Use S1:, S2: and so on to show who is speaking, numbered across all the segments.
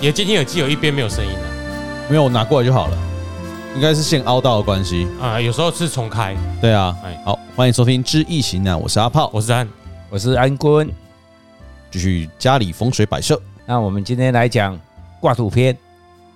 S1: 你的监听耳机有一边没有声音啊的
S2: 没有我拿过来就好了，应该是线凹到的关系。
S1: 啊、有时候是重开。
S2: 对啊
S1: 哎，
S2: 好，欢迎收听《知易行难》，我是阿炮，
S1: 我是安，
S3: 我是安坤。
S2: 继续家里风水摆设，
S3: 那我们今天来讲挂图片，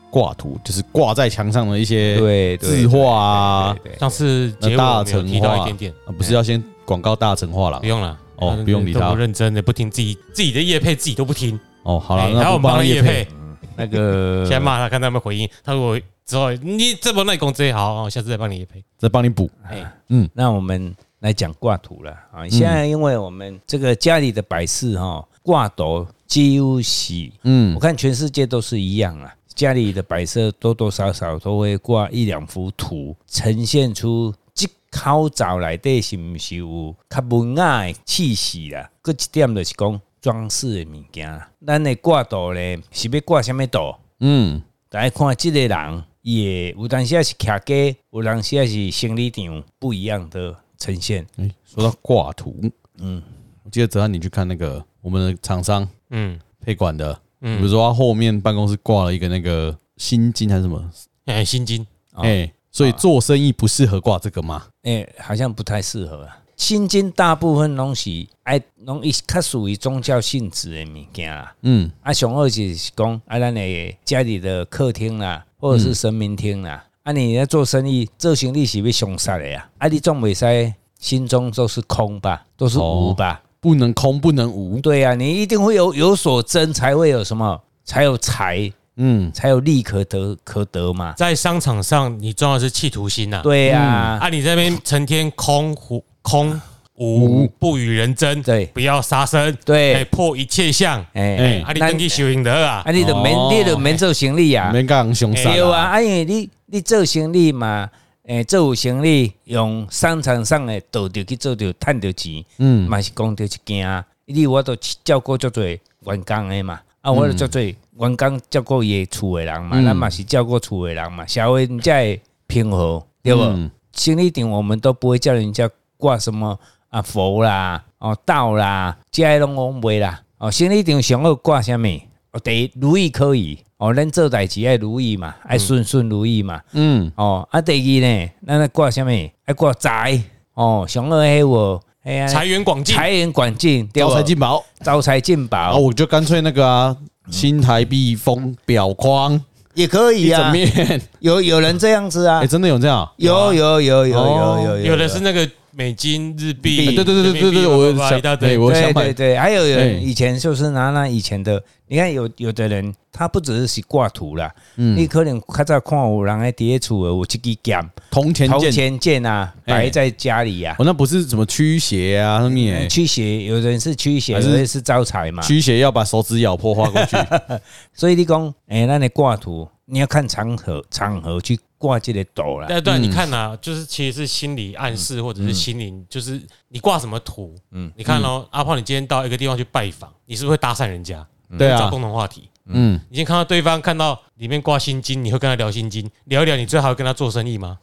S2: 挂图就是挂在墙上的一些
S3: 对，对
S2: 字画啊，，
S3: 对对对
S1: 上次结尾
S2: 那大
S1: 我们有
S2: 成
S1: 提到一
S2: 化
S1: 点点，
S2: 啊不是要先广告大成画廊
S1: 不用了。
S2: 哦
S1: 嗯
S2: 不用理
S1: 都
S2: 他
S1: 不认真的，不听自己自己的叶配，自己都不听。
S2: 哦。好了，
S1: 哎还
S2: 那
S1: 有我们
S2: 不
S1: 帮
S2: 帮
S1: 他
S2: 叶
S1: 叶
S2: 配嗯
S1: 配，
S3: 那 个
S1: 先骂他，看他们回应。他如果之后你这么耐工资，好，哦下次再帮你叶配。
S2: 再帮你补。
S3: 哎那我们来讲挂图了啊。现在因为我们这个家里的摆饰哈，挂斗几乎是，
S2: 嗯
S3: 我，看全世界都是一样啊。家里的摆设多多少少都会挂一两幅图，呈现出这口罩内底是毋是有较文雅的气息啦。佮一点就是讲装饰的物件啦，咱的挂图咧是要挂什么图？
S2: 嗯，
S3: 大家看即个人，伊会有当时也是徛家，有当时也是生理场不一样的呈现。
S2: 哎，说到挂图，嗯，我记得泽安你去看那个我们的厂商
S1: 嗯，
S2: 配管的，比如说他后面办公室挂了一个那个心经还是什么，
S1: 哎，心经
S3: 哦
S2: 哎，所以做生意不适合挂这个嘛。
S3: 诶、好像不太适合啊。心经大部分拢是爱拢伊较属于宗教性质的物件啦。
S2: 嗯，
S3: 啊，上好就是讲啊，咱的家里的客厅啦，或者是神明厅啦，啊，你要做生意，做生意是要相杀的呀。啊，你总袂使心中都是空吧，都是无吧？
S2: 不能空，不能无。
S3: 对呀、啊，你一定会有有所争，才会有什么，才有财，
S2: 嗯，
S3: 才有利可得可得嘛。
S1: 在商场上，你重要的是企图心呐。
S3: 对呀、
S1: 啊，你这边成天空胡空无不与人争，
S3: 对
S1: 不要杀生，
S3: 对
S1: 哎破一切相，
S3: 哎、
S2: 哎
S1: 啊，你登记修行得啊
S3: 啊，，你就免、
S2: 哦
S3: 你就免做生意啊。
S2: 没干凶杀
S1: 哎
S3: 对啊，，啊，因为你你做生意嘛，诶、做有生意用商场上的道德去做着，趁着钱，
S2: 嗯，
S3: 嘛是讲着一件，你我都照顾足侪员工的嘛，啊，我都足侪员工照顾伊的厝的人嘛，
S2: 嗯
S3: 咱嘛是照顾厝的人嘛，社会才会平和，对不？
S2: 嗯
S3: 生理场我们都不会叫人家挂什么啊佛啦、哦道啦，这些拢讲袂啦。哦，生理场上好挂什么？哦，第一如意可以，哦，咱做代志爱如意嘛，爱顺顺如意嘛。
S2: 嗯，
S3: 哦，啊，第二呢，咱要挂什么？爱挂财。哦，上好迄个，哎呀，
S1: 财源广进，
S3: 财源广进，哦对
S2: 招财
S3: 吧？
S2: 进宝
S3: 招财进
S2: 啊！
S3: 宝
S2: 我就干脆那个啊，新台币封表框
S3: 也可
S2: 一
S3: 以
S2: 整
S3: 啊。
S2: 面，
S3: 有有人这样子啊
S2: 哎，？真的有这样啊？
S3: 有有有有有哦有
S1: 有的是那个美金、日币，
S2: 哎对对对对对对
S1: 人
S2: 对，
S1: 民
S2: 我
S1: 币
S2: 想
S1: 一大
S2: 对
S1: 堆。
S2: 我
S3: 对
S2: 想买
S3: 对，对，还有
S2: 哎
S3: 人以前就是拿那以前的，你看有有的人他不只是是挂图啦，你可能较早看有人在叠厝的有这支剑，
S2: 铜钱
S3: 铜
S2: 剑，
S3: 钱剑啊，
S2: 哎
S3: 摆在家里呀、
S2: 我那不是什么驱邪啊，上
S1: 嗯
S2: 面
S3: 驱邪，有的人是驱邪，
S2: 还
S3: 有
S2: 是
S3: 的哎人是招财嘛。
S2: 驱邪要把手指咬破划过去，
S1: 嗯
S3: 所以你讲，哎、那你挂图，你要看场合，场合去挂这个图啦。
S1: 对对，你看呐，就是其实是心理暗示，或者是心灵，就是你挂什么图，嗯，你看哦，阿炮，你今天到一个地方去拜访，你是不是会搭讪人家？
S2: 对
S1: 找
S2: 啊，
S1: 共同话题。
S2: 嗯，
S1: 你先看到对方看到里面挂心经，你会跟他聊心经，聊一聊，你最好会跟他做生意吗？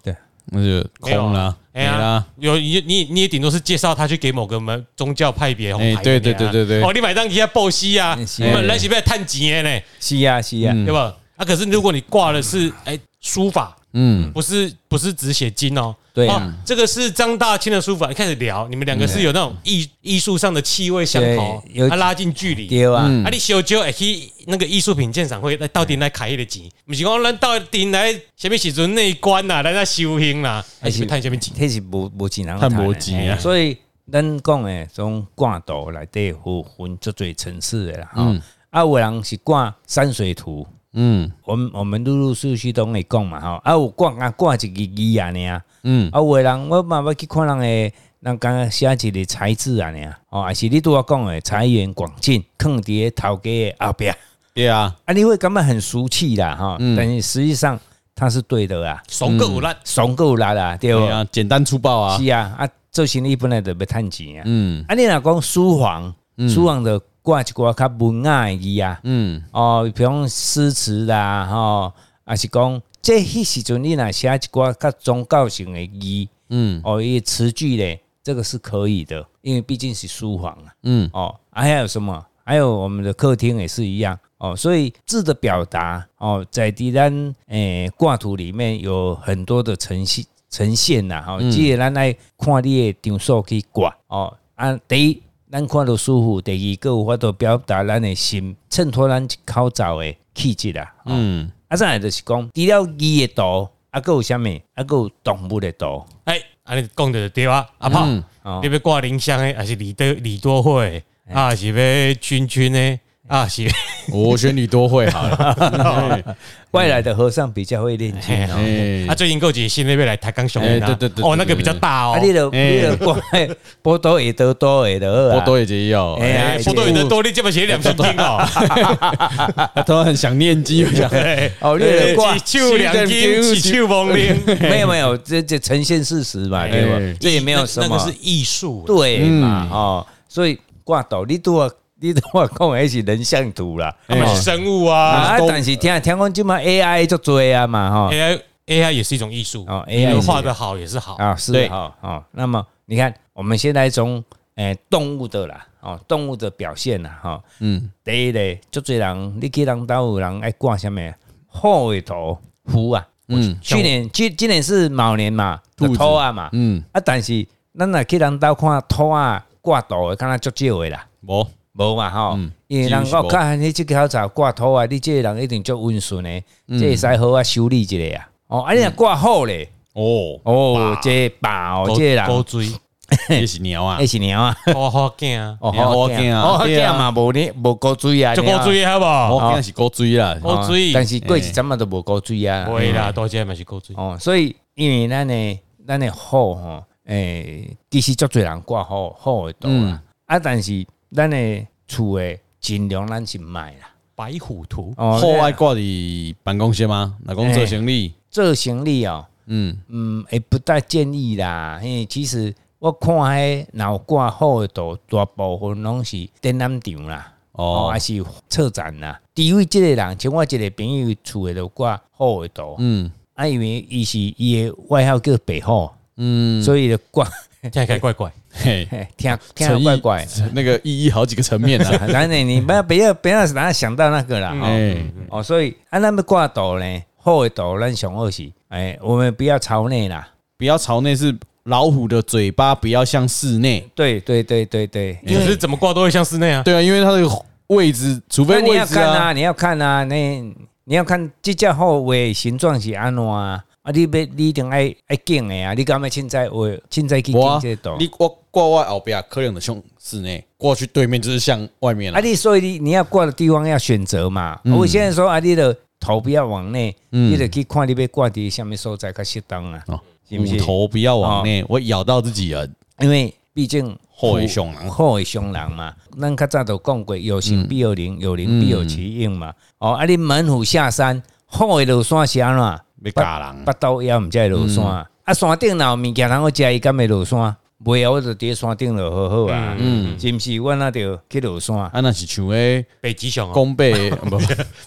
S2: 那就
S1: 没
S2: 空了，没
S1: 有啊哎呀
S2: 啦，
S1: 有你你你也顶多是介绍他去给某个门宗教派别红牌、
S2: 哎对对对对对
S1: 哦，你买当一下报喜啊，
S3: 嗯是
S1: 我们人是不是探钱的呢？
S3: 是呀、是呀、
S2: 嗯
S1: 对吧？啊，可是如果你挂的是哎书法，
S2: 嗯，
S1: 不是不是只写经哦，
S3: 对啊
S1: 哦，这个是张大千的书法，你开始聊，你们两个是有那种艺艺术上的气味相投，
S3: 对有
S1: 他拉近距离。
S3: 对啊，
S1: 啊，你小酒会去那个艺术品鉴赏会，来到底来开迄个钱，毋是讲咱到底来什么时阵内观啦，咱来修行啦，还是要趁什么钱？
S3: 迄是无无钱人
S2: 趁
S3: 的
S2: 无钱啊
S3: 嘿所以咱讲诶，从挂图内底有分足侪层次诶啦，吼、啊，有的人是挂山水图，
S2: 嗯
S3: 我们我们陆陆续续都会讲嘛，吼，啊，有挂啊挂一个字啊尔，
S2: 嗯
S3: 啊，有的人我嘛要去看人诶，人刚写一个才字啊尔，哦，还是你拄我讲诶，财源广进，放伫诶头家诶后壁，啊，
S2: 对啊，
S3: 你会感觉很俗气啦，吼、
S2: 嗯
S3: 但是实际上它是对的啦，
S1: 怂个有咱
S3: 爽够啦啦，对
S2: 对
S3: 不？
S2: 啊，简单粗暴啊，
S3: 是啊，啊，做生意本来就要趁钱啊。
S2: 嗯
S3: 啊，你若讲书房，书房就挂一挂较文雅的字啊，
S2: 嗯
S3: 哦，比如讲诗词啦，吼、啊是讲这迄时阵你若写一寡较宗教性的字，
S2: 嗯
S3: 哦，伊词句咧，这个是可以的，因为毕竟是书房啊。
S2: 嗯
S3: 哦，啊还有什么？还有我们的客厅也是一样哦。所以字的表达哦，在地咱诶挂图里面有很多的呈现呈现呐，吼、哦，即个咱来看你的场所去挂哦。啊，第一，咱看到舒服；第二，个有法度表达咱的心，衬托咱口罩的气质啦。嗯，啊，再来就是讲，除了字的图，啊，个有啥物？啊，个有动物的图。
S1: 哎，啊，你讲的对啊，阿炮，
S3: 哦
S1: 你要挂林香的，还是李多李多惠的，啊，还是要君君的，啊是，
S2: 我选你多会好了。
S3: 外来的和尚比较会念经哦。
S2: 哎
S1: 啊，最近够几新那边来抬杠熊的啊，
S2: 哎对对对
S1: 哦，那个比较大哦
S3: 啊，，你著你著挂波多也得多也得
S2: 波
S3: 啊，
S2: 多野结衣哦，
S3: 哎呀
S1: 哎，波多有的多，你这么写两千听哦，
S2: 哎都很想念鸡， 想哎
S3: 哦，你著 挂
S1: 一手两斤，一手亡灵，
S3: 没有没有，这这呈现事实嘛，
S2: 哎
S3: 对吧？ 这也没有什
S1: 那
S3: 么
S1: 个是艺术，
S3: 对嘛，哦，所以挂斗你都你都我讲的是人像图啦，哦
S1: 他们是生物啊
S3: 哎啊，但是听听讲即嘛 AI 就多啊嘛，哈，
S1: ，AI AI 哎也是一种艺术
S3: 哦
S1: 你
S3: AI
S1: 画的好也是好，
S3: 啊，是
S2: 对
S3: 哈哦。那么你看，我们现在从诶动物的啦，哦，动物的表现啦，哈，嗯，第一嘞，足多人，你去人兜有人爱挂什么虎的头虎啊，嗯，去年今今年是卯年嘛，
S2: 兔
S3: 就
S2: 子
S3: 兔啊嘛，
S2: 嗯，
S3: 啊，但是咱若去人兜看兔啊挂头的，敢若足少的啦。
S2: 无
S3: 无嘛吼，因为
S2: 几乎
S3: 人
S2: 嗯是
S3: 我
S2: 无
S3: 看你即条草挂土啊，你即个人一定足温顺的，
S2: 嗯
S3: 这会使好啊修理一下啊。哦，啊你若挂好咧，
S2: 哦，
S3: 哦，这个把哦，
S1: 勾
S3: 这个人
S1: 勾 追，
S2: 也是鸟啊
S3: 那，是猫啊，
S1: 花花镜啊，
S3: 哦
S2: 猫
S3: 好
S2: 仔
S3: 惊
S2: 啊
S3: 啊，好惊
S2: 对啊
S3: 嘛，无你无高水啊，
S1: 就
S3: 猫
S1: 勾，追好不好？
S2: 我讲是狗追啦，
S1: 哦
S3: 哦
S1: 勾水
S3: 但是过一阵嘛都无高水啊，
S1: 不会啦，多姐嘛是勾追，
S3: 哦，所以因为咱的咱的好吼，诶，其实足侪人挂好好的多啦，啊，但是咱的厝的尽量咱是卖啦，
S1: 白虎图，
S3: 哦
S2: 后爱挂伫办公室吗？若讲做行李，
S3: 做生理哦，
S2: 嗯，
S3: 嗯，也不大建议啦。因为其实我看迄脑挂好的图，大部分拢是展览场啦，哦，
S2: 哦
S3: 还，是策展啦。除非即个人，像我一个朋友厝的就挂好的图，
S2: 嗯
S3: 啊，因为伊是伊的外号叫北虎，
S2: 嗯，
S3: 所以就挂
S1: 现在开怪怪，
S2: 嘿，
S3: 嘿听 听
S2: 诚
S3: 着
S2: 意
S3: 怪怪。
S2: 那个意义好几个层面 啊，
S3: 啊当然你不要不要不要让他想到那个啦。哦
S2: 哎，
S3: 哦，所以啊，咱们挂图呢，好的图咱上好是，哎，我们不要朝内啦。
S2: 不要朝内是老虎的嘴巴，不要向室内，
S3: 对对对对对，
S2: 嗯
S1: 可是怎么挂都会像室内啊，
S2: 对啊，因为它的位置，除
S3: 那
S2: 非
S3: 你
S2: 位
S3: 要
S2: 置
S3: 看
S2: 啊，
S3: 啊，你要看啊，那你要看这只后尾形状是安怎啊？啊，你要你一定爱爱敬的啊！你敢要凊彩我凊彩去
S2: 我啊
S3: 敬这道？
S2: 你我挂我后壁可能的向室内，过去对面就是向外面
S3: 啊，
S2: 了。
S3: 你所以你你要挂的地方要选择嘛。
S2: 嗯
S3: 我现在说啊，你的头不要往内，你得去看你要挂伫下面所在较适当啊，
S2: 哦
S3: 是不
S2: 骨
S3: 是？哦
S2: 头不要往内，我咬到自己人。
S3: 因为毕竟
S2: 后会相人嗯
S3: 后会相人嘛。咱较早都讲过，有形必有灵，有灵必有其应嘛。哦，啊，你猛虎下山，后的落山是安怎？
S2: 要咬人
S3: 八刀腰毋才会落山、
S2: 嗯
S3: 啊，山顶若有物件通好食，伊敢会落山？袂啊，我就伫咧山顶落好好啊，嗯，是毋是？我那着去落山，
S2: 啊，那是像诶
S1: 北极熊啊，
S2: 公贝，
S3: 哦
S2: 啊 不，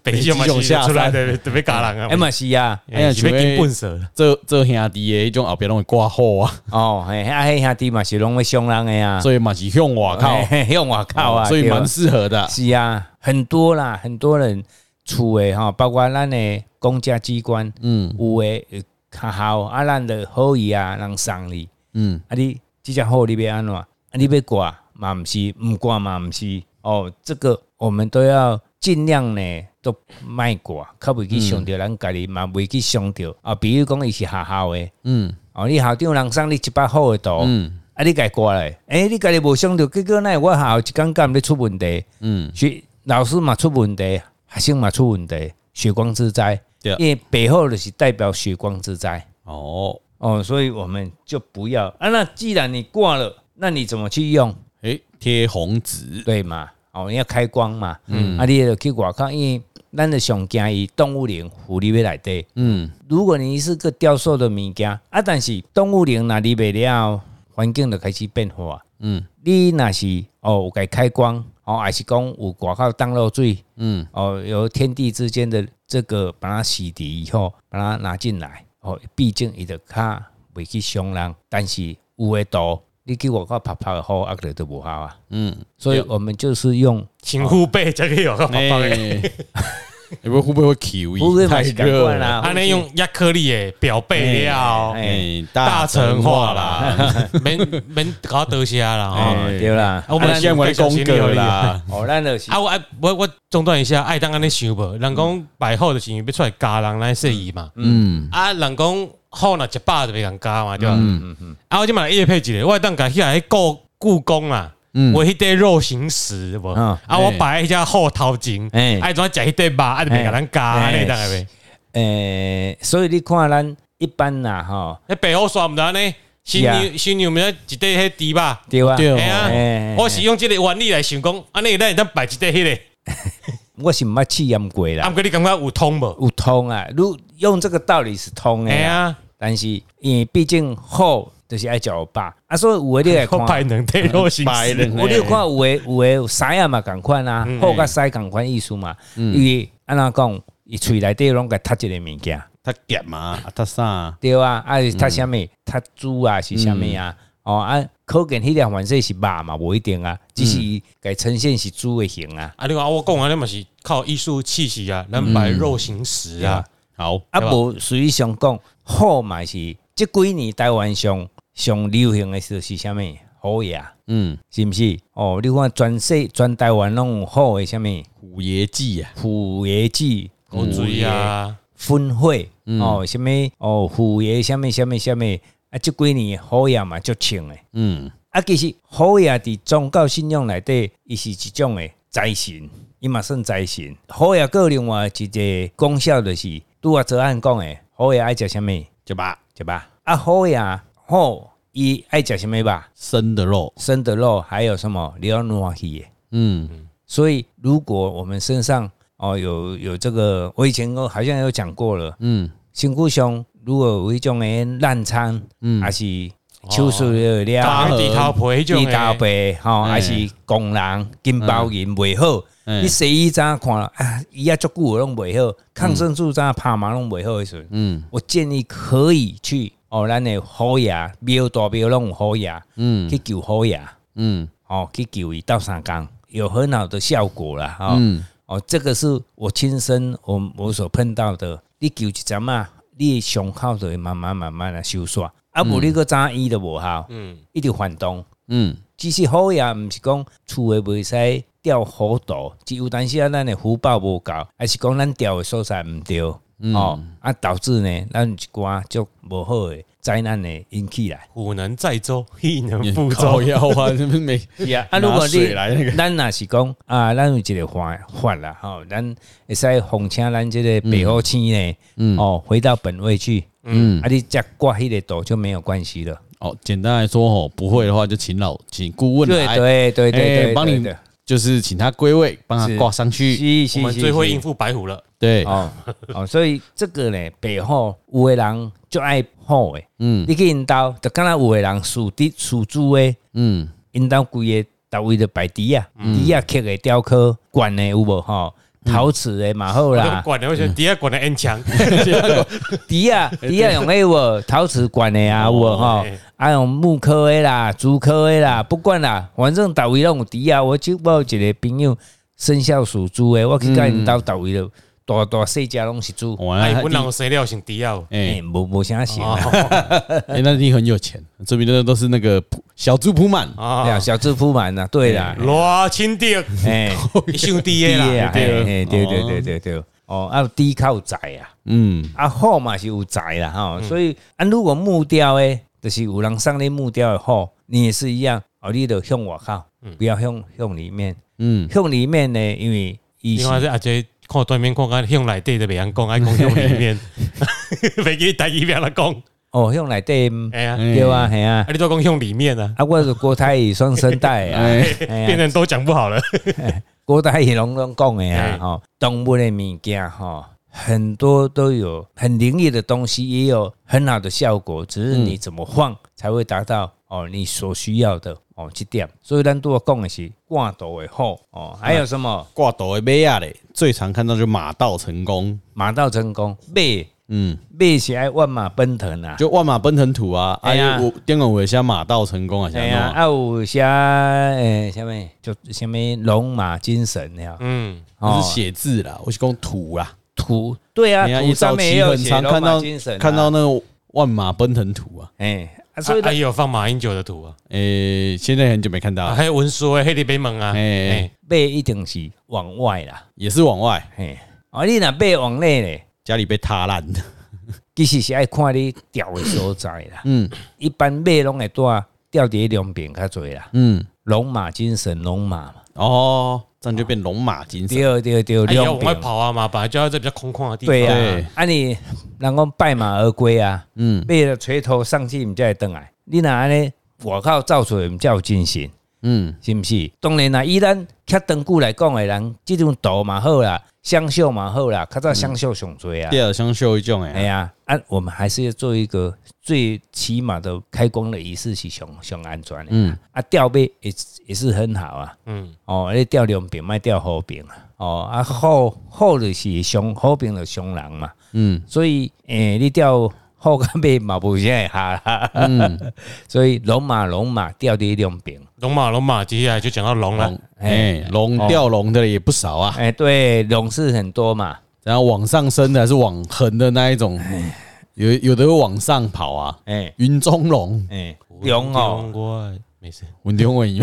S1: 北极熊嘛
S2: 北极
S1: 是
S2: 熊下
S1: 出来
S2: 山
S1: 的，特别嘎人啊
S3: 哎，嘛、是啊，
S2: 哎
S1: 哎，是被金
S2: 像
S1: 棍蛇。
S2: 这这兄弟诶，迄种后壁拢会挂号啊，
S3: 哦，嘿，啊，迄兄弟嘛是拢会伤人诶啊，
S2: 所以嘛是向外
S3: 嘿
S2: 靠，
S3: 嘿向外口啊，
S2: 所以
S3: 对啊
S2: 蛮适合的。
S3: 是啊，很多啦，很多人厝诶吼，包括咱诶公家机关，嗯，有诶呃较好啊，咱着好伊啊，人送你，
S2: 嗯，
S3: 啊你即只好你要安怎？啊你要挂嘛毋是，毋挂嘛毋是。哦，这个我们都要尽量呢，都卖挂，较袂去伤着咱家己嘛，袂去伤着啊。比如讲伊是学校的，
S2: 嗯，
S3: 哦，你校长人送你一百好的图，嗯，啊你家挂咧，诶、你家己无伤着，结果奈我校有一工干咧出问题，
S2: 嗯，
S3: 学老师嘛出问题，学生嘛出问题，血光之灾，
S2: 对
S3: 因为背后就是代表血光之灾。
S2: 哦，
S3: 哦，所以我们就不要啊。那既然你挂了，那你怎么去用？
S2: 诶，贴红纸，
S3: 对嘛？哦，你要开光嘛。嗯，啊，你就去外口，因为咱的上惊伊动物园狐狸要来底。
S2: 嗯，
S3: 如果你是个雕塑的物件，啊，但是动物园若里袂了，环境就开始变化。
S2: 嗯，
S3: 你若是哦，有该开光哦，还是讲有外口当漏水，
S2: 嗯，
S3: 哦，由天地之间的这个把它洗涤以后，把它拿进来哦，毕竟伊的较袂去伤人，但是有的图你去外口拍拍好，阿个都无好啊。
S2: 嗯，
S3: 所以我们就是用
S1: 请护背才可以有个好
S2: 哦
S1: 哎棒的。
S2: 有没有会不会 Q
S3: 不会
S2: 一？
S3: 嘛是赶快啦，
S1: 他那用亚克力的表背料，
S3: 哎
S2: 哎，
S1: 大成化，啦， 免免搞得瞎啦。
S2: 哎
S1: 哈
S3: 哎对啦
S1: 啊，我们
S2: 啊现在玩功格啦，
S3: 哦，咱就是
S1: 啊，我哎我我中断一下，爱当安尼想无，人讲百货就是因为要出来加人来说伊嘛，
S2: 嗯，
S1: 啊，人讲好若一百就袂人加嘛，对吧？啊，我即嘛叶配一个，我当甲迄个故故宫啊，
S2: 嗯
S1: 我迄块肉形石有无？
S3: 嗯
S1: 啊，我摆迄只后头前，
S3: 哎
S1: 爱怎食迄块肉，啊，就袂甲咱加，安
S3: 哎
S1: 尼当个袂？
S3: 诶，所以你看咱一般啦，吼，
S1: 迄白虎山毋知安尼，新
S3: 是啊
S1: 娘新娘们一块迄猪肉。
S3: 对吧？
S2: 对哦
S1: 哎
S3: 哎哎哎
S1: 呀，我是用这个原理来想讲，安尼咱会当摆一块迄个，
S3: 我是毋捌试验过
S1: 啊，
S3: 啦
S1: 毋，过你感觉有通无？
S3: 有通啊，如用这个道理是通的
S1: 哎
S3: 啊，
S1: 呀，
S3: 但是因为毕竟好就是爱食吧，啊，所以有的你来
S1: 我
S3: 看。
S1: 摆两块肉形
S2: 摆
S1: 石
S2: 两，
S3: 我有看有诶有诶有狮啊嘛共款啊，
S1: 嗯
S3: 虎甲狮共款意思嘛，因为安怎讲，伊喙内底拢甲塞一个物件，
S2: 他夹嘛，啊他啥？
S3: 对啊，啊是塞啥物，塞猪啊是啥物啊，哦啊，可见迄条反正是肉嘛，无一定啊，只是伊甲呈现是猪诶形啊，
S1: 啊，你看我讲安尼嘛是靠艺术气息啊，咱摆肉形石啊，
S2: 好，
S3: 啊
S1: 对吧
S3: 无属于上讲虎嘛是，即几年台湾上上流行诶就是啥物虎爷，
S2: 嗯，
S3: 是毋是？哦，你看全世全台湾拢有虎诶啥物
S2: 虎爷记啊，
S3: 虎爷子。
S1: 狗嘴啊，
S3: 分会、哦，什么哦，虎爷什么什么什么啊，这几年虎爷嘛足穿诶，
S2: 嗯，
S3: 啊，其实虎爷伫宗教信仰内底，伊是一种诶财神，伊嘛算财神。虎爷还有另外一个功效就是，拄啊泽安讲诶，虎爷爱食什么，
S2: 对吧？
S3: 对吧？啊，虎爷吼，伊爱食什么吧？
S2: 生的肉，
S3: 生的肉，还有什么你要暖气诶。
S2: 嗯，
S3: 所以，如果我们身上哦有有这个，我以前好像有讲过了，
S2: 嗯，
S3: 身躯上如果有迄种诶烂疮，嗯，还是手术了
S1: 打
S3: 了，
S1: 地头皮迄种
S3: 你大
S1: 的，
S3: 白吼，
S2: 哦嗯
S3: 还是工人金包银袂好，
S2: 嗯
S3: 你西医怎看啊？伊啊足久拢袂好，抗生素怎拍嘛拢袂好的时阵，
S2: 嗯，
S3: 我建议可以去哦，咱的虎牙庙大庙拢有虎牙，
S2: 嗯，
S3: 去救虎牙，
S2: 嗯，
S3: 哦，去救伊到三工，有很好的效果啦，哦。
S2: 嗯，
S3: 哦，这个是我亲身我我所碰到的。你救一针啊，你的伤口就会慢慢慢慢的收缩，啊，无你个早医都无效，
S1: 嗯，
S3: 一直反动。
S2: 嗯，
S3: 其实好也毋是讲厝诶袂使掉好多，只有当时啊，咱诶福报无够，还是讲咱掉诶所在毋对，哦，啊导致呢，咱有一寡足无好诶灾难诶引起来。
S1: 虎能载舟，亦能覆
S2: 不
S1: 舟
S2: 招。妖 啊，这不没
S3: 啊，如果
S2: 拿
S3: 你
S2: 水来那个，
S3: 咱若是讲啊，咱有一个法法啦，吼，咱会使奉请咱这个北欧星呢，
S2: 嗯
S3: 哦，回到本位去，嗯，啊，你再挂迄个图就没有关系了。
S2: 哦，简单来说吼，不会的话就请老请顾问
S3: 对
S2: 来，
S3: 对对对
S2: 哎
S3: 对，
S2: 帮
S3: 对
S2: 你就是请他归位，帮
S3: 是
S2: 他挂上去，
S3: 对是
S1: 我们
S3: 是是
S1: 最会应
S3: 是，
S1: 付白虎了，
S2: 对，
S3: 哦哦，所以这个呢，背后有的人就爱好诶，嗯，你去因兜，就敢若有的人属地属猪诶，
S2: 嗯，
S3: 因兜规个逐位的摆猪啊，猪啊刻诶雕刻，管诶有无吼？陶瓷诶嘛好
S1: 我
S3: 啦
S1: 都，管的，我觉得底下嗯 管的 N 强，
S3: 猪 啊，猪啊用迄个陶瓷管的啊，有无吼
S1: 嘿？
S3: 啊用木科的啦、竹科的啦，不管啦，反正逐位拢有猪啊。我就我有一个朋友生肖属猪的，我去甲因兜逐位了，大大细只拢是猪，
S2: 哇，
S1: 哎，
S2: 他
S1: 本人有生啊哦了先底下 有，
S2: 哎
S3: 哦哎，无无啥型啊。
S2: 哎，那你很有钱，这边的都是那个铺小猪铺满，
S3: 对啊，
S1: 啊，
S3: 小智夫满呐，对啦，
S1: 罗清德，
S3: 哎，
S1: 你想
S3: 猪
S1: 底
S3: 的
S1: 下哎
S3: 啊，
S1: 啦，
S3: 嘿
S1: 对，
S3: 嘿对对对对对，哦，啊，猪较有财啊。
S2: 嗯，
S3: 啊，好嘛是有财啦
S1: 嗯
S3: 吼，所以啊，如果木雕诶，就是有人送你木雕的好，你也是一样，哦，你就向外靠，
S1: 嗯
S3: 不要向向里面，
S2: 嗯，
S3: 向里面呢，因为伊
S1: 另外
S3: 是
S1: 是阿姐啊看对面看看向内底都袂晓讲，爱啊讲向里面， 袂记大意别来讲，
S3: 哦向内底，
S1: 哎呀，
S2: 哎
S3: 对啊，系啊
S1: 啊，，你都讲向里面啊，
S3: 啊，我是郭台语双声 带啊，
S2: 哎，
S3: 哎
S1: 变
S3: 呀，
S1: 成都讲不好了，
S3: 郭台语拢拢讲诶啊，
S1: 哎
S3: 吼，动物的物件吼。很多都有很灵异的东西，也有很好的效果，只是
S2: 嗯
S3: 你怎么放才会达到哦你所需要的哦这点。所以咱都要讲的是挂图的好哦，还有什么
S2: 挂斗的马啊嘞，最常看到就马到成功，
S3: 马到成功，马
S2: 嗯，
S3: 买起来万马奔腾啊！
S2: 就万马奔腾土啊，
S3: 哎
S2: 哎
S3: 呀
S2: 呀，我电工有些马到成功啊，想
S3: 哎呀，
S2: 弄啊
S3: 啊有写诶，什么就什么龙马精神呀，
S1: 嗯，
S2: 不
S3: 哦
S2: 是写字啦，我是讲土啦。
S3: 土对啊
S2: 你，看
S3: 土
S2: 一
S3: 上
S2: 早
S3: 面也
S2: 期
S3: 有
S2: 很
S3: 写
S2: 常
S3: 龙
S2: 看
S3: 马
S2: 到
S3: 精神啊，
S2: 看到那个万马奔腾土啊，
S3: 哎，啊所
S1: 所
S3: 以
S1: 以他
S3: 他
S1: 也有放马英九的图啊，
S2: 诶，哎现在很久没看到
S1: 啊
S2: 了，
S1: 还有文书诶，黑里北门啊，
S2: 哎
S1: 哎，
S3: 买一定是往外啦，
S2: 也是往外，
S3: 嘿，啊你若买往内咧。
S2: 家里被塌烂的。。
S3: 其实是爱看你钓的所在啦
S2: 嗯
S3: 一般马拢会带钓伫两边较侪啦，
S2: 嗯，
S3: 龙马精神，龙马嘛。
S2: 哦，这样就变龙马精神。
S3: 对对对，
S1: 啊也要
S3: 两
S1: 往外
S3: 边。
S1: 跑啊嘛，本来就要在比较空旷的地方，
S3: 对
S2: 对
S3: 啊，啊你人讲败马而归啊，
S2: 嗯
S3: 马了垂头丧气，毋才会倒来。你若安尼外口走出去，毋才有精神，
S2: 嗯，
S3: 是毋是？当然啦，以咱较长久来讲的人，即种道嘛好啦，享受嘛好啦，较早享受上侪啊。
S2: 第二像秀一种
S3: 哎
S2: 诶，
S3: 呀，啊，我们还是要做一个最起码的开工的仪式是上上安全的。
S2: 嗯
S3: 啊，吊背也是也是很好啊。
S1: 嗯，
S3: 哦，你吊两边卖吊好边啊。哦，啊好好就是上好边就上人嘛。
S2: 嗯
S3: 所以诶、你吊好甲尾嘛无啥会下啦。
S2: 嗯，
S3: 所以龙马龙马吊伫两边。
S1: 龙马龙马，接下来就讲到龙啊了
S2: 龙，哎龙
S3: 哦
S2: 钓龙的也不少啊，
S3: 哎、对，龙是很多嘛。
S2: 然后往上升的还是往横的那一种，有有的会往上跑啊，
S3: 哎、
S2: 云中龙，
S3: 哎，龙哦，
S1: 哦，没事，
S2: 文天 伟，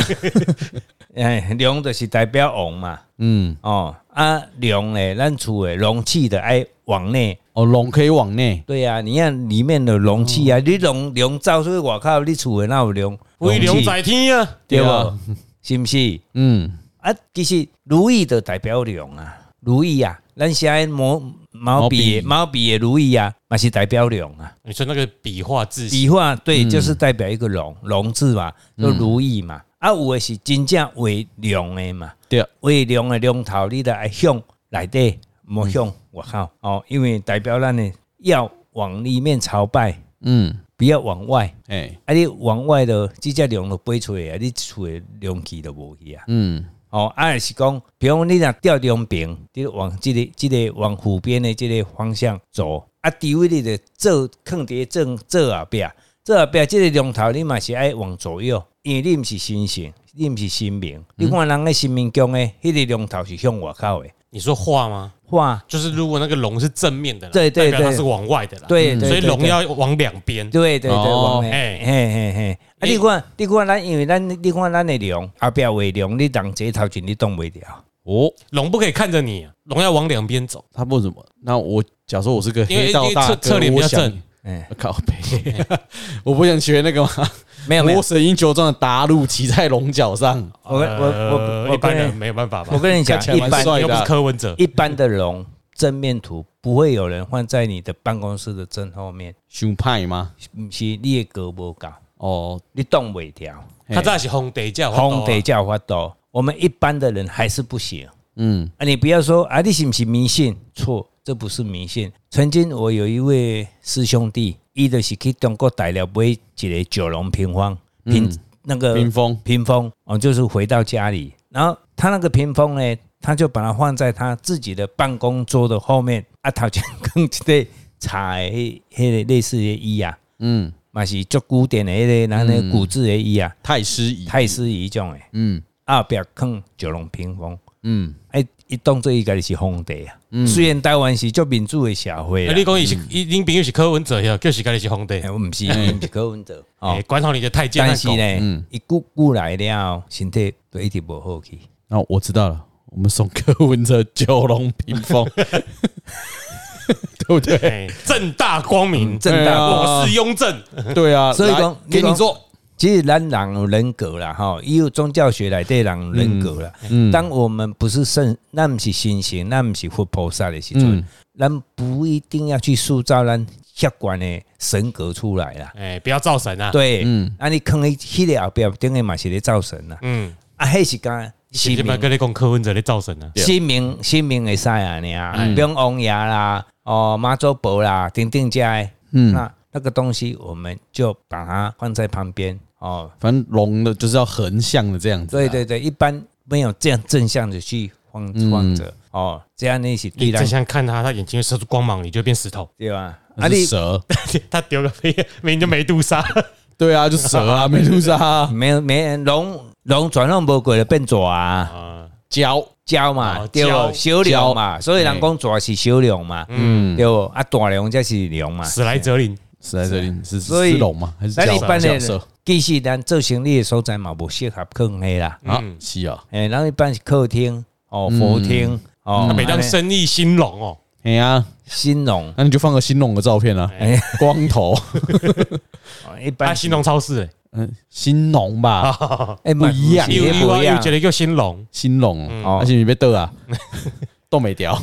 S3: 哎，龙就是代表王嘛。
S2: 嗯，
S3: 哦啊，龙嘞，咱厝诶容器的爱往内，
S2: 哦，龙可以往内，
S3: 对啊，你看里面的容器啊，你龙龙走出去外口，你厝诶哪有龙？
S1: 威龙
S3: 器
S1: 在天啊，
S3: 对
S2: 吧
S3: 吧？ 是毋是？
S2: 嗯，
S3: 啊，其实如意的代表龙啊，如意啊，咱写诶毛毛笔的毛笔诶如意啊，嘛是代表龙啊。
S1: 你说那个笔画字形，
S3: 笔画对，就是代表一个龙龙字嘛，就如意嘛。啊，有诶是真正为龙诶嘛。
S2: 对，
S3: 为量的量头，你得爱向内底，莫向外口哦，因为代表咱呢要往里面朝拜，
S2: 嗯，
S3: 不要往外。
S2: 哎，
S3: 啊，你往外的即只量就飞出去啊，你厝的量气就无去啊。
S2: 嗯
S3: 哦，啊若是讲，比如你若吊两边，你往即、个即、这个往湖边的即个方向走，啊，地位你的做坑伫正做后壁，做后壁即个龙头你嘛是爱往左右，因为你毋是新型，你毋是新明，
S1: 嗯
S3: 你看人个新民宫的迄、个龙头是向外口的，
S1: 你说画吗？
S3: 哇，
S1: 就是如果那个龙是正面的啦，
S3: 对对
S1: 代表它
S3: 对
S1: 是往外的啦，
S3: 对对
S1: 嗯所以
S3: 对
S1: 龙
S3: 对
S1: 要往两边，
S3: 对对对，
S2: 哦
S3: 往嘿
S1: 嘿
S3: 嘿嘿嘿，啊，
S1: 你
S3: 你看你看咱，因为咱你看咱的龙后壁为龙，你人这头前你挡袂了，
S2: 哦，
S1: 龙不可以看着你啊，龙要往两边走，
S2: 他不怎么，那我假设我是个
S1: 因为
S2: 黑道
S1: 因为
S2: 大
S1: 侧侧
S2: 哥，
S1: 脸比
S2: 我
S1: 较
S2: 想
S1: 正，
S3: 哎，
S2: 靠背， 我不想学那个嘛，
S3: 没有没有
S2: 魔，
S1: 哦
S2: 神英雄传的达鲁骑在龙角上，
S3: 我跟我我
S1: 呃
S3: 我
S1: 一般
S3: 跟
S1: 人
S3: 你
S1: 没有办法吧
S3: 我，跟你讲
S2: 看起，来
S3: 一
S2: 蛮
S3: 般
S2: 帅
S1: 又不
S2: 的
S1: 是
S2: 啊，
S1: 柯文哲，
S3: 一般的龙正面图不会有人放在你的办公室的正后面，
S2: 熊派吗？
S3: 不是你的格不高，
S2: 哦，
S3: 你动不掉，
S2: 嘿
S1: 他
S2: 啊
S1: 这是啊红地叫
S3: 红得叫发抖。我们一般的人还是不行
S2: 嗯
S3: 啊！你不要说啊，你是不是迷信？错，这不是迷信。曾经我有一位师兄弟，伊就是去中国大陆买一个九龙平方
S2: 嗯
S3: 平、那个
S2: 冰封，
S3: 屏风哦，就是回到家里，然后他那个屏风呢，他就把它放在他自己的办公桌的后面，啊，头前 跟一个茶的迄迄个类似的椅啊，
S2: 嗯，
S3: 嘛是足古典的迄、个，然后呢古质的椅啊，
S2: 太师椅，
S3: 泰式椅种的，
S2: 嗯
S3: 啊，后壁放九龙屏风，
S2: 嗯
S3: 哎，伊当做伊家己是皇帝啊，虽然台湾是足民主的社会
S1: 哎，
S3: 啊
S1: 你，讲伊
S2: 嗯
S1: 是伊恁朋友是柯文哲呀，就是家己是红地
S3: 哎，我毋是毋是柯文哲哦
S1: 哎，，管好你的太监
S3: 但
S1: 和
S3: 是
S1: 狗，
S2: 嗯
S3: 呢，伊久久来了，身体就一直无好去。
S2: 那、我知道了，我们送柯文哲九龙屏 风，对不对？
S1: 哎，正大光明，
S3: 嗯正哦大
S2: 光
S1: 我是雍正，
S2: 对啊，
S3: 啊所以
S2: 来
S3: 讲
S2: 给你
S3: 你讲
S2: 做，
S3: 其实咱人有人格啦，吼，伊有宗教学内底人有人格啦。当我们不是圣，那不是神仙，那不是佛菩萨的时阵，咱不一定要去塑造咱客观的神格出来啦。
S1: 哎，不要造神啊，
S3: 对，啊，你坑伊迄个后壁顶个嘛是咧造神啦，
S1: 嗯，
S3: 啊，迄是讲
S1: 你
S3: 神
S1: 不要
S3: 明，
S1: 跟你讲柯文哲在造神啊，
S2: 对
S3: 神明，神明会使啊，你啊，比如王爷啦，哦，妈祖婆啦，等等遮的，
S2: 嗯，
S3: 那那个东西我们就把它放在旁边哦，
S1: 啊
S3: 啊
S2: 反正龙的就是要横向的这样子、
S3: 对，对对，一般没有这样正向的去放放着、哦，这样那是对
S1: 嗯你
S3: 咱
S1: 再想看他，他眼睛会射出光芒，你就会变石头。
S3: 对吧？啊
S2: 那
S3: 你
S2: 是蛇，
S1: 他丢个飞，明明就没杜莎，
S2: 对啊，就蛇 啊，美杜莎啊，
S3: 没有没龙龙转弄无过就变蛇 啊，
S1: 啊，
S2: 蛟，
S3: 鸟嘛
S1: 哦
S3: 对
S1: 鸟
S3: 不？小
S2: 鸟
S3: 龙嘛，所以人讲蛇是小龙嘛，
S2: 嗯，
S3: 对不？啊大龙才是龙嘛。
S1: 史莱哲林
S2: 是在这里是
S3: 所以
S2: 是龙吗？还是
S3: 咱一般
S2: 蛟
S3: 的
S2: 蛟蛇
S3: 其实咱做生意的所在嘛，无适合坑黑啦。
S2: 啊
S1: 嗯？
S2: 是啊，
S3: 诶，咱一般是客厅哦，佛厅哦，
S1: 啊每当
S3: 安尼
S1: 生意兴隆哦，
S2: 哎呀，
S3: 兴隆，
S2: 那你就放个新龙的照片啊，
S3: 哎，
S2: 光 头，
S3: 哦一般
S1: 他啊兴隆超市
S2: 嗯，新龙吧，
S3: 哎
S2: 不一样
S1: 哎，又
S3: 也不
S1: 又
S3: 一
S1: 又
S3: 样
S1: 觉。得又兴隆，
S2: 新龙，
S3: 哦
S2: 而且你被逗啊， 逗没掉，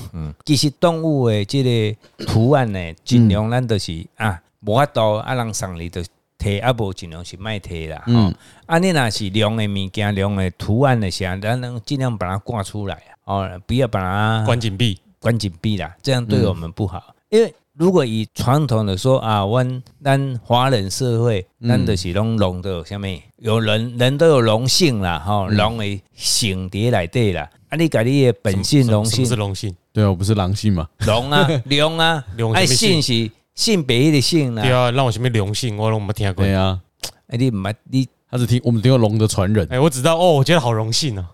S3: 其实动物的这个图案呢，尽量咱就是啊，无法度啊，人送你就摕啊，无尽量是卖摕啦。哦，啊，你若是量的物件，量的图案的啥，咱能尽量把它挂出来啊，哦，不要把它
S1: 关紧闭，
S3: 关紧闭啦，这样对我们不好。因为如果以传统的说啊，阮咱华人社会，咱就是拢龙的下面有人人都有龙性啦，吼、龙的性蝶内底啦。啊，你家你的本性
S1: 什
S3: 龙
S1: 么什么
S3: 性
S1: 是龙性，
S2: 对啊，我不是狼性嘛，
S3: 龙啊龙啊
S1: 龙，
S3: 啊
S1: 什么性
S3: 性是性别的性啦
S1: 对。啊，让我前面龙性，我拢没听过
S2: 对。啊，
S3: 啊，你毋捌你
S2: 他只听我们听过龙的传人，
S1: 哎，我只知道哦，我觉得好荣幸 哦，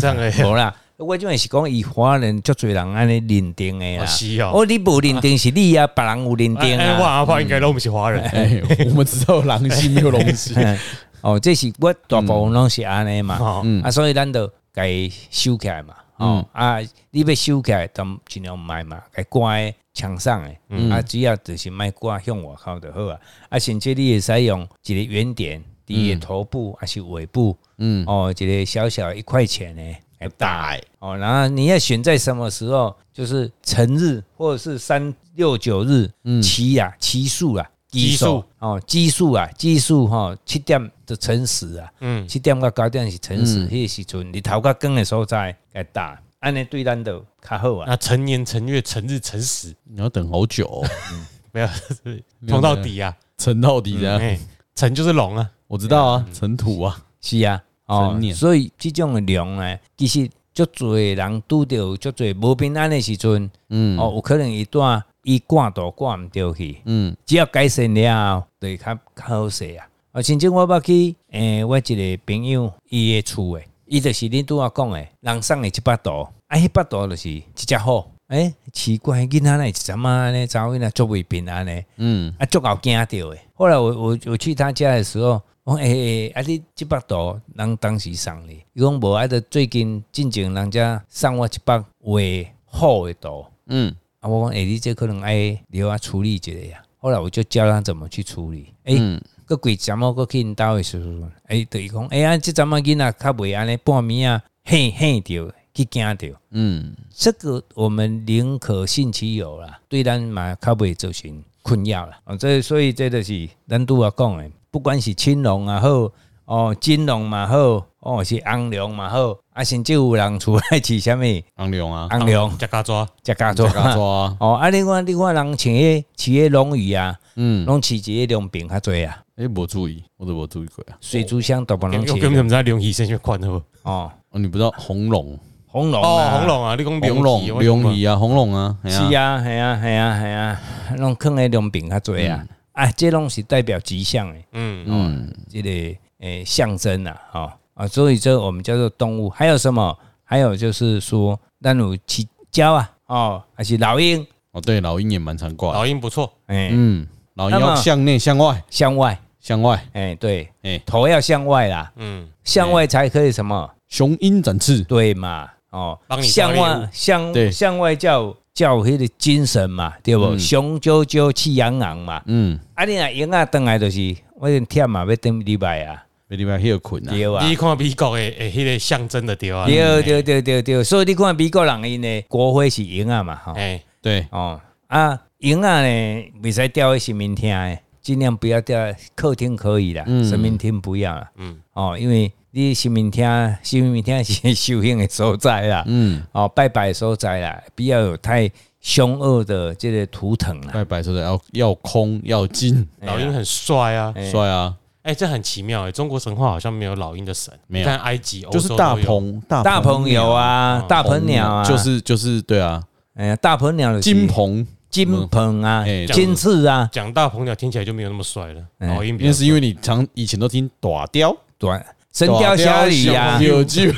S1: 这样哎，
S3: 无 啦。我即是讲，以华人足侪人安尼认定的啦。
S1: 哦是哦
S3: 哦，你无认定是你啊，别人有认定
S1: 哎，我
S3: 啊。
S1: 阿爸应该都不是华人，
S2: 哎，我们只有狼性没有龙性，
S3: 嗯哦，这是我大部分拢是安尼嘛。
S1: 哦，
S2: 嗯
S3: 啊，所以咱就该收起来嘛。哦、啊，你要收起来，咱尽量卖嘛，该挂在墙上诶。啊，主要就是卖挂向外口就好啊。啊，甚至你会使用一个圆点，你的头部还是尾部，
S2: 嗯，
S3: 哦，一个小小一块钱诶，很大诶。哦，然后你要选在什么时候？就是辰日或者是三六九日，奇啊，奇数啊，
S1: 奇数
S3: 哦，奇数啊，奇数哈、七点就乘十啊。
S1: 嗯，
S3: 七点到九点是晨时，迄个时阵日头较光的所在该打，安尼对咱就较好啊。
S1: 那成年成月成日成时，
S2: 你要等好久哦，
S1: 没有，通到底啊，
S2: 沉到底的，
S1: 哎，成就是龙啊，
S2: 我知道啊，尘土啊，
S3: 是啊，哦
S2: 成年，
S3: 所以即种的量呢，其实足侪人拄着足侪无平安的时阵，
S2: 嗯
S3: 哦，有可能伊段伊挂都挂毋着去，
S2: 嗯
S3: 只要改善了后，就会较较好势啊。啊，甚至我捌去，诶、我一个朋友伊的厝诶，伊就是恁拄仔讲诶，人送诶一百度，啊，迄百度就是一只好，诶、奇怪，囡仔呢一阵仔呢，查某囡仔足未平安呢，
S2: 嗯，
S3: 啊，足够惊着诶。后来我我我去他家的时候，我讲诶诶，欸啊你一百度，人当时送你，伊讲无啊，就最近进前人家送我一百画好诶图。
S2: 嗯
S3: 啊，我讲，诶、你这可能爱留啊处理一下呀。后来我就教他怎么去处理。欸诶、个鬼怎么个去因兜的时候，诶、欸，就是讲，诶、啊，即阵啊囡仔较袂安尼半暝啊，嘿嘿着去惊着。
S2: 嗯
S3: 这个我们宁可信其有啦，对咱嘛较袂造成困扰啦。哦，这所以这就是咱拄啊讲的，不管是青龙也好，哦，金龙嘛好，哦是红龙嘛好，啊甚至有人厝内饲啥物
S2: 昂龙啊，
S3: 红龙，
S1: 加嘎抓，
S3: 食加
S2: 加
S3: 做。
S2: 加抓啊，
S3: 哦，啊，你看，你看人饲迄饲迄龙鱼啊，
S2: 嗯，
S3: 拢饲一个龙饼较济啊，
S2: 哎，无注意，我都无注意过啊，
S3: 水族箱大部
S1: 我
S3: 分拢
S1: 根本
S3: 饲
S1: 就不知道龙鱼生什么款，好不好？
S3: 哦，
S2: 哦，你不知道红龙，
S3: 红龙
S1: 哦，
S3: 啊
S1: 红，龙啊，你讲
S2: 红
S1: 龙鱼
S2: 龙，龙，鱼啊，红龙啊，嘿
S3: 是，啊，系啊，系啊，系啊，拢囥诶龙饼较
S2: 哎
S3: 济啊，啊，这拢是代表吉祥诶，
S1: 嗯，
S2: 嗯，
S3: 即个诶象征啊，吼啊，所以这我们叫做动物。还有什么？还有就是说，咱有饲鸟啊，哦，还是老鹰，
S2: 哦，对，老鹰也蛮常挂的，
S1: 老鹰不错，
S3: 诶，
S2: 嗯，老鹰
S3: 那
S2: 要
S3: 么
S2: 向内、向外、
S3: 向外，
S2: 向外，
S3: 诶，对，
S2: 哎，
S3: 头要向外啦，
S1: 嗯，
S3: 向外才可以什么？
S2: 雄鹰展翅，
S3: 对嘛？哦
S1: 帮，你找猎物
S3: 向外
S2: 对
S3: 向向外叫叫迄个精神嘛，对不？雄赳赳气昂昂嘛。
S2: 嗯，
S3: 啊，你若赢啊，等来就是我有点忝嘛，要等礼拜啊，
S2: 被你们休困啊，
S3: 对啊
S1: 你。一看美国的诶，迄个象征的对啊，
S3: 对对对对对，所以你看美国人因的国徽是鹰啊嘛，吼
S1: 哎，
S2: 对，
S3: 哦啊鹰啊呢，袂使吊在神明厅的，尽量不要吊在客厅可以啦，神明厅不要啦，
S1: 嗯
S3: 嗯哦，因为你神明厅神明厅是 修行的所在啦，
S2: 嗯，
S3: 哦，拜拜的所在啦，不要有太凶恶的这个图腾啦。哎
S2: 拜拜说的要要空要静，
S1: 老鹰很帅啊，
S2: 帅啊，
S1: 哎、这很奇妙哎、中国神话好像没有老鹰的神，
S2: 没有
S1: 但埃及、欧
S2: 就是
S1: 洲
S2: 大
S1: 都有
S2: 鹏大
S3: 大鹏有啊
S1: 嗯，
S3: 大鹏鸟啊，
S2: 就是就是对啊，
S3: 哎呀，大鹏鸟就是
S2: 金鹏，
S3: 金鹏啊
S2: 哎，
S3: 金翅啊，
S1: 讲大鹏鸟听起来就没有那么帅了，哦
S3: 嗯
S1: 老鹰比
S2: 那
S1: 较
S2: 是因为你常以前都听短啊雕，
S3: 短《神雕侠侣》啊，
S2: 有 句，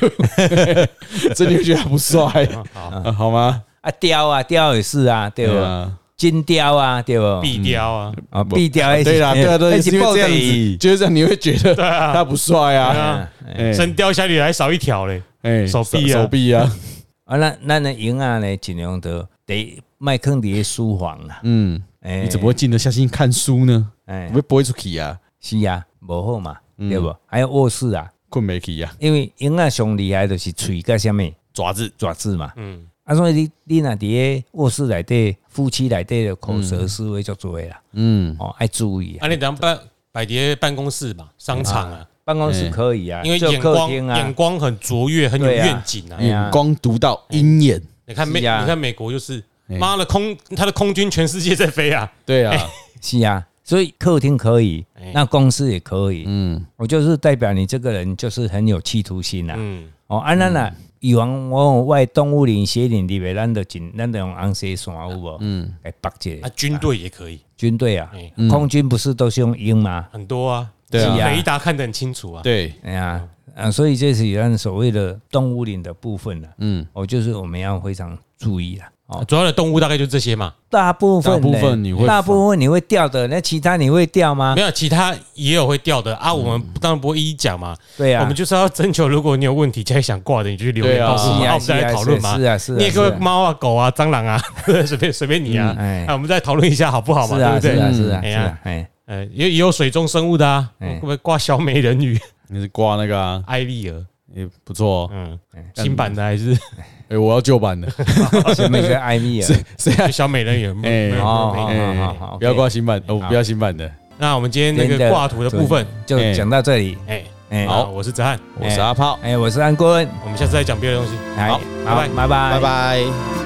S2: 真的觉得不 帅，
S1: 嗯好，
S2: 啊好吗？
S3: 啊雕啊雕也是啊，对吧？
S2: 啊，
S3: 金雕啊，对吧？
S1: 壁雕啊，
S3: 啊壁雕也是，
S2: 对啦，对啊，对
S3: 也
S2: 啊，
S3: 哎是
S2: 是因为这样
S3: 布袋
S2: 子，
S3: 戏
S2: 就是这样，你会觉得他不帅
S1: 对
S2: 啊，
S1: 啊，
S2: 哎
S1: 神雕侠侣还少一条嘞，
S2: 哎
S1: 手臂啊
S2: 手臂啊，
S3: 啊，咱咱的影啊呢，尽量得得卖坑底书房啊。
S2: 嗯，
S3: 哎
S2: 你怎么会静得下心看书呢？
S3: 哎
S2: 你会不会出去啊？
S3: 是啊，无好嘛，
S2: 嗯
S3: 对不？还有卧室啊，
S2: 困没去啊？
S3: 因为影啊上厉害就是喙甲什么
S2: 爪子，
S3: 爪子嘛。
S1: 嗯，
S3: 啊，所以你你若伫个卧室内底，夫妻内底的口舌是非足多的啦，
S2: 嗯，
S3: 哦，爱注意啊。
S1: 啊，你等下办摆碟办公室嘛，商场啊，
S3: 办公室可以啊，
S1: 因为
S3: 做
S1: 眼
S3: 客
S1: 光
S3: 厅
S1: 眼
S3: 啊，
S1: 光很卓越，很有
S3: 对啊
S1: 愿景啊
S3: 哎。呀
S2: 眼光独到，鹰眼，
S1: 你看美，
S3: 是啊
S1: 你看美国就是
S2: 哎
S1: 妈的空，他的空军全世界在飞啊，
S2: 对啊，
S3: 是啊，所以客厅可以
S1: 哎，
S3: 那公司也可以。
S2: 嗯，
S3: 我就是代表你这个人就是很有企图心啊。
S1: 嗯，
S3: 哦，啊，咱啊，以往我有我的动物园写林里面，咱就尽咱就用红色线有无？嗯，来绑一
S1: 啊
S3: 个，
S1: 军队也可以，
S3: 军队啊
S1: 哎，
S3: 空军不是都是用鹰吗？
S1: 很多啊，
S2: 对啊
S1: 是雷达看得很清楚啊，
S2: 对，
S3: 哎呀，啊，所以这是咱所谓的动物园的部分了。
S2: 嗯，
S3: 哦，就是我们要非常注意啦。哦，
S1: 主要的动物大概就这些嘛，
S3: 大部分
S2: 大部
S3: 呢
S2: 分你会
S3: 大部分你会掉的，那其他你会掉吗
S1: 没？有其他也有会掉的啊，我们当然不会一一讲嘛，
S3: 嗯对啊呀，
S1: 我们就是要征求，如果你有问题，家里想挂的，你就去留言
S2: 对啊
S1: 告诉我们，
S3: 是啊
S1: 那我们再来
S3: 是啊
S1: 讨论嘛。
S3: 是啊是啊
S1: 你也可
S3: 是
S1: 以
S3: 啊
S1: 猫啊、狗啊、蟑螂啊， 随便随便你啊
S3: 嗯，哎
S1: 哎，我们再讨论一下好不好嘛？
S3: 是
S1: 对
S3: 啊
S1: 不
S3: 是啊
S1: 对？
S3: 是啊
S1: 哎
S3: 是
S1: 呀
S3: 啊，哎，
S1: 呃，也也有水中生物的啊，
S3: 哎
S1: 会不会挂小美人 鱼、
S2: 你是刮那个啊，
S1: 艾丽儿？
S2: 也不错哦。
S1: 嗯
S3: 哎，
S1: 新版的还是
S2: 哎，我要旧版的，
S3: 前面是艾米 尔
S2: 谁谁啊？
S1: 小美人鱼？没有没有
S3: 哦
S1: 没有
S3: 好
S2: 哎
S3: 好好 好
S2: 不要
S3: OK
S2: 挂新版，哦，
S3: 好
S2: 不要新版的。
S1: 那我们今天那
S3: 真
S1: 个
S3: 的
S1: 挂图的部分，
S3: 就讲到这里。
S1: 哎，
S3: 哎，
S1: 好，，我是子翰，
S2: 我是阿炮，
S3: 哎，我是安坤，
S1: 我们下次再讲别的东西。
S3: 哎
S2: 好
S1: 拜拜
S3: 拜拜
S2: 拜拜。